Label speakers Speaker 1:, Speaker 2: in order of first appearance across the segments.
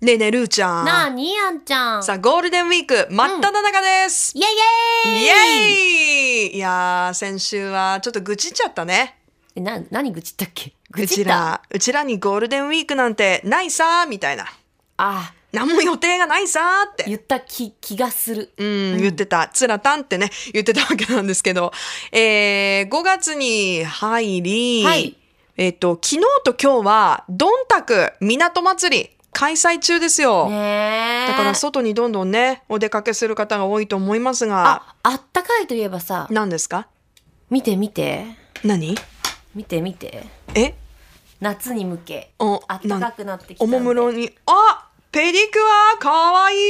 Speaker 1: ねえねえるーちゃん。
Speaker 2: なあにあんちゃん。
Speaker 1: さあ、ゴールデンウィーク、真っ只中です。
Speaker 2: イエイ
Speaker 1: イ
Speaker 2: イエーイイ
Speaker 1: エーイいやー、先週はちょっと愚痴っちゃったね。
Speaker 2: えな、何愚痴ったっけ
Speaker 1: う
Speaker 2: 愚痴
Speaker 1: ち
Speaker 2: った。
Speaker 1: ら、うちらにゴールデンウィークなんてないさー、みたいな。
Speaker 2: あ、
Speaker 1: 何も予定がないさーって。
Speaker 2: 言った気、気がする。
Speaker 1: うん、言ってた。つらたんってね、言ってたわけなんですけど、えー、5月に入り、
Speaker 2: はい
Speaker 1: えっ、と、昨日と今日は、どんたく港祭り開催中ですよ。
Speaker 2: ねえ。
Speaker 1: だから外にどんどんね、お出かけする方が多いと思いますが、
Speaker 2: あ、あったかいといえばさ、
Speaker 1: 何ですか
Speaker 2: 見て見て、
Speaker 1: 何
Speaker 2: 見て見て。
Speaker 1: え
Speaker 2: 夏に向け、
Speaker 1: お
Speaker 2: あったかくなってきた
Speaker 1: お
Speaker 2: んで。
Speaker 1: もむろに、あペディキュアかわいい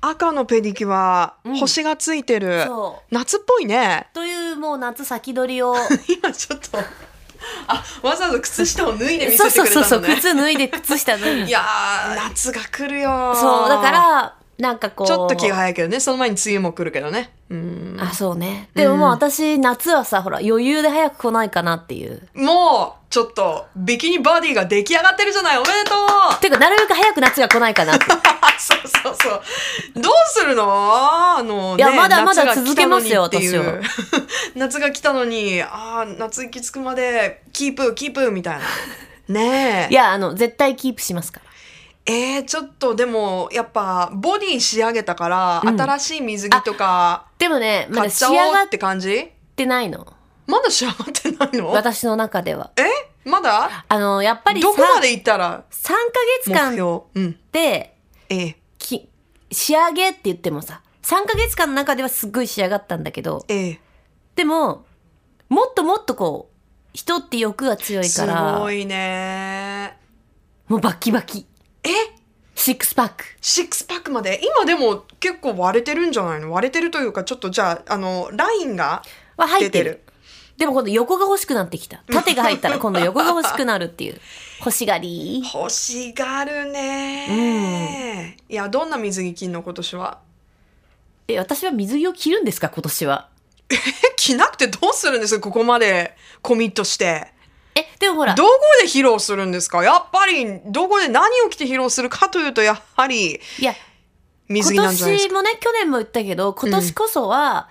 Speaker 1: 赤のペディキュア、
Speaker 2: うん
Speaker 1: 星がついてる。
Speaker 2: そう
Speaker 1: 夏っぽいね。
Speaker 2: というもう夏先取りを。
Speaker 1: 今ちょっと、あ、わざわざ靴下を脱いで見せ
Speaker 2: そう
Speaker 1: て
Speaker 2: そう
Speaker 1: くれ
Speaker 2: そうそ
Speaker 1: たの
Speaker 2: う、
Speaker 1: ね。
Speaker 2: 靴脱いで靴下脱い
Speaker 1: い
Speaker 2: で。
Speaker 1: やー、夏が来るよ。
Speaker 2: そう、だか、ら、なんかこう。
Speaker 1: ちょっと気が早いけどね、その前に梅雨も来るけどね。うん。
Speaker 2: あ、そうね。でももう私、夏はさ、ほら、余裕で早く来ないかなっていう。
Speaker 1: もう、ちょっと、ビキニバディが出来上がってるじゃない、おめでとう
Speaker 2: ていうか、なるべく早く夏が来ないかなって。
Speaker 1: そうそうそう。どうするのあの、
Speaker 2: いや
Speaker 1: ね
Speaker 2: まだまだ
Speaker 1: 夏が来たのに
Speaker 2: 続けますよ
Speaker 1: っていう
Speaker 2: 私は
Speaker 1: 夏が来たのに、ああ、夏行き着くまで、キープ、キープ、み たいな。ねえ。
Speaker 2: いや、あの、絶対キープしますから。
Speaker 1: えー、ちょっとでも、やっぱ、ボディ仕上げたから、
Speaker 2: うん
Speaker 1: 新しい水着とか、
Speaker 2: でもね、ま
Speaker 1: 買
Speaker 2: だ
Speaker 1: っち
Speaker 2: 仕
Speaker 1: ゃ
Speaker 2: 上
Speaker 1: お
Speaker 2: が
Speaker 1: う
Speaker 2: っ
Speaker 1: って感じ
Speaker 2: てないの。
Speaker 1: まだ仕上がってないの
Speaker 2: 私の中では。
Speaker 1: えまだ
Speaker 2: あの、やっぱりさ、
Speaker 1: どこま
Speaker 2: 3
Speaker 1: で行ったら、
Speaker 2: ヶ月
Speaker 1: 目
Speaker 2: 間っ
Speaker 1: 標。うん。
Speaker 2: て、
Speaker 1: ええ
Speaker 2: き、仕上げって言ってもさ、3ヶ月間の中ではすっごい仕上がったんだけど、
Speaker 1: ええ
Speaker 2: でも、もっともっとこう、人って欲が強い
Speaker 1: す
Speaker 2: から、
Speaker 1: ごいね。
Speaker 2: もうバキバキ。
Speaker 1: え
Speaker 2: シックスパック。
Speaker 1: シックスパックまで今でも結構割れてるんじゃないの割れてるというかちょっとじゃああのラインが
Speaker 2: は入
Speaker 1: 出
Speaker 2: って
Speaker 1: て
Speaker 2: る。
Speaker 1: る
Speaker 2: でも今度横が欲しくなってきた。縦が入った ら今度横が欲しくなるっていう。欲しがり。
Speaker 1: 欲しがるね、いやどんな水着着んの今年は
Speaker 2: え、私は水着を着るんですか今年は。
Speaker 1: え着なくてどうするんですかここまでコミットして
Speaker 2: え、でもほら、
Speaker 1: どこで披露するんですかやっぱりどこで何を着て披露するかというとやはり
Speaker 2: いや、
Speaker 1: 水
Speaker 2: 今
Speaker 1: 着なんじゃないです
Speaker 2: 年
Speaker 1: か
Speaker 2: もね、去年も言ったけど、今年こそは、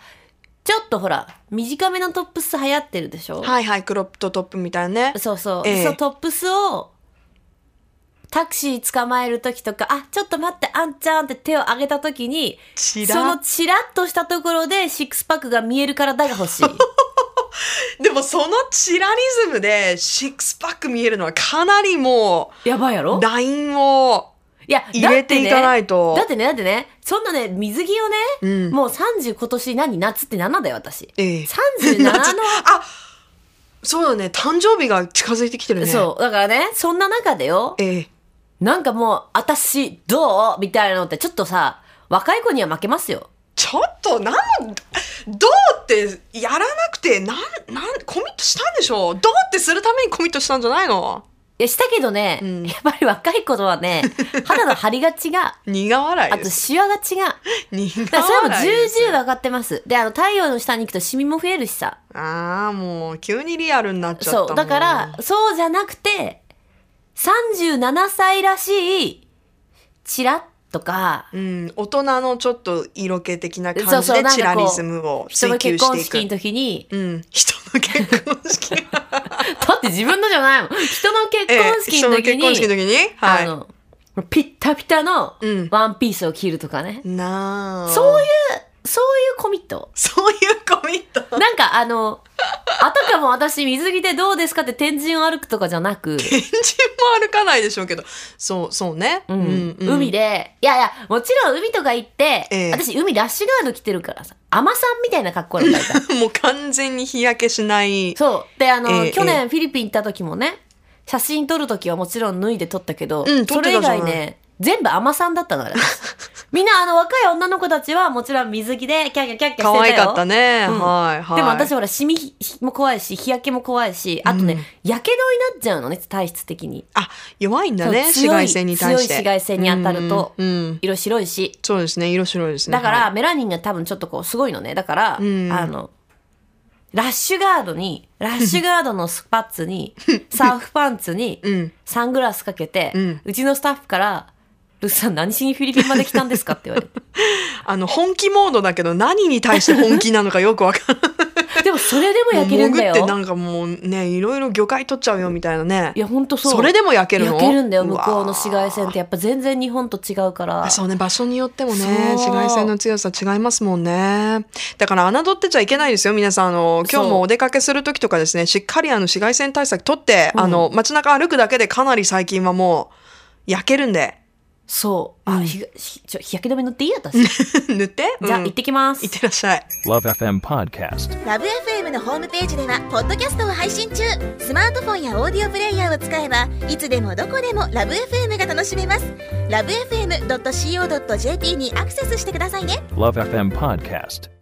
Speaker 2: ちょっとほら、短めのトップス流行ってるでしょ、
Speaker 1: はいはいクロップとトップみたいなね
Speaker 2: そうそう。
Speaker 1: ええ
Speaker 2: そのトップスを、タクシー捕まえる時とか、あ、ちょっと待って、あんちゃんって手を上げた時に、
Speaker 1: ち
Speaker 2: そ
Speaker 1: ら
Speaker 2: のチラッとしたところでシックスパックが見える体が欲しい。
Speaker 1: でもそのチラリズムでシックスパック見えるのはかなりもう
Speaker 2: やばいやろ
Speaker 1: ラインを
Speaker 2: いや、
Speaker 1: 入れていかないと
Speaker 2: だってね、だってね、だってねそんなね、水着をね、
Speaker 1: うん
Speaker 2: もう30今年何夏って7だ よ、私。
Speaker 1: ええ
Speaker 2: 37
Speaker 1: 夏
Speaker 2: の、
Speaker 1: あそうだね誕生日が近づいてきてるね
Speaker 2: そう、だからね、そんな中でよ、
Speaker 1: ええ
Speaker 2: なんかもう、私、どうみたいなのって、ちょっとさ、若い子には負けますよ。
Speaker 1: ちょっとなんどうってやらなくてなんなんコミットしたんでしょどうってするためにコミットしたんじゃないの
Speaker 2: いや、したけどね、
Speaker 1: うん
Speaker 2: やっぱり若い子と はね、肌の張りが違う。
Speaker 1: 苦笑
Speaker 2: あ
Speaker 1: いで
Speaker 2: と、
Speaker 1: す
Speaker 2: シワが違う。
Speaker 1: 苦
Speaker 2: だからそれはもう
Speaker 1: 笑いで
Speaker 2: 重
Speaker 1: す
Speaker 2: 々分かってます。で、あの、太陽の下に行くとシミも増えるしさ。
Speaker 1: ああもう急にリアルになっちゃったもん
Speaker 2: そう、だから、そうじゃなくて、37歳らしい、チラッとか、
Speaker 1: うん、大人のちょっと色気的な
Speaker 2: そ
Speaker 1: 感
Speaker 2: う
Speaker 1: じ
Speaker 2: そう
Speaker 1: で
Speaker 2: なん
Speaker 1: チラ
Speaker 2: かこう
Speaker 1: リズムを
Speaker 2: 人
Speaker 1: 追
Speaker 2: の
Speaker 1: 求
Speaker 2: 結婚
Speaker 1: し
Speaker 2: 式
Speaker 1: てい
Speaker 2: の
Speaker 1: く。
Speaker 2: 時に、
Speaker 1: うん、人の結婚 式。
Speaker 2: だって自分のじゃないもん。人の結婚式
Speaker 1: 人
Speaker 2: の時
Speaker 1: の結婚式の
Speaker 2: に、
Speaker 1: 時に、は
Speaker 2: あ
Speaker 1: い。
Speaker 2: の、ピッタピタの
Speaker 1: うん
Speaker 2: ワンピースを着るとかね。
Speaker 1: なあ。
Speaker 2: そういう、そういうコミット。
Speaker 1: そういうコミット。
Speaker 2: なんかあの、 あたかも私水着でどうですかって天神を歩くとかじゃな く、
Speaker 1: 天神も歩かないでしょうけど。そう、そうね。
Speaker 2: う
Speaker 1: うんんうん
Speaker 2: 海で、いやいや、もちろん海とか行って、
Speaker 1: ええ
Speaker 2: 私海ラッシュガード着てるからさ、アマさんみたいな格好なん だった。
Speaker 1: もう完全に日焼けしない。
Speaker 2: そう。で、あの、
Speaker 1: ええ
Speaker 2: 去年フィリピン行った時もね、写真撮る時はもちろん脱いで撮ったけ
Speaker 1: う
Speaker 2: ど、
Speaker 1: ん撮
Speaker 2: そ
Speaker 1: って
Speaker 2: れ
Speaker 1: た
Speaker 2: 以
Speaker 1: じゃない
Speaker 2: 外ね、全部甘さんだったの よ。みんなあの若い女の子たちはもちろん水着でキャッキャキャッキャしてたよ。
Speaker 1: 可愛かったね。
Speaker 2: うん
Speaker 1: はい、はい。
Speaker 2: でも私ほら、シミも怖いし、日焼けも怖いし、あとね、やけどになっちゃうのね、体質的に。
Speaker 1: あ、弱いんだね。
Speaker 2: そう強い
Speaker 1: 紫外線に対して。
Speaker 2: 強い紫外線に当たると
Speaker 1: うんうん。
Speaker 2: 色白いし。
Speaker 1: そうですね。色白いですね。
Speaker 2: だから、
Speaker 1: はい
Speaker 2: メラニンが多分ちょっとこう、すごいのね。だから、
Speaker 1: ん
Speaker 2: あの、ラッシュガードに、ラッシュガードのス パッツに、サーフパンツに、
Speaker 1: うん。
Speaker 2: サングラスかけて、
Speaker 1: うん
Speaker 2: ちのスタッフから、ルスさん何しにフィリピンまで来たんですかって言われ て。
Speaker 1: あの本気モードだけど何に対して本気なのかよくわかん
Speaker 2: でもそれでも
Speaker 1: ない
Speaker 2: 焼けるんだ
Speaker 1: 潜っ
Speaker 2: よ。
Speaker 1: てなんかもうねいろいろ魚介取っちゃうよみたいなね
Speaker 2: いや、ほんとそう。
Speaker 1: それでも焼けるの
Speaker 2: 焼けるんだよ、向
Speaker 1: わー
Speaker 2: こうの紫外線って。やっぱ全然日本と違うから。
Speaker 1: あそうね場所によってもね
Speaker 2: そう
Speaker 1: 紫外線の強さ違いますもんねだから侮ってちゃいけないですよ皆さんあの今日
Speaker 2: そう
Speaker 1: もお出かけする時とかですねしっかりあの紫外線対策取って、あの街中歩くだけでかなり最近はもう焼けるんで
Speaker 2: そう。
Speaker 1: う
Speaker 2: あ、
Speaker 1: ん
Speaker 2: ひがひちょ日焼け止め塗っていい私。じ
Speaker 1: 塗って、
Speaker 2: ゃあ、
Speaker 1: うん
Speaker 2: 行ってきます
Speaker 1: いっ。てらっしゃい
Speaker 3: Love FM Podcast.
Speaker 4: ラブ f m のホームページではポッドキャストを配信中スマートフォンやオーディオプレイヤーを使えばいつでもどこでもラブ f m が楽しめますラブ FM.co.jp にアクセスしてくださいね
Speaker 3: Love FM Podcast.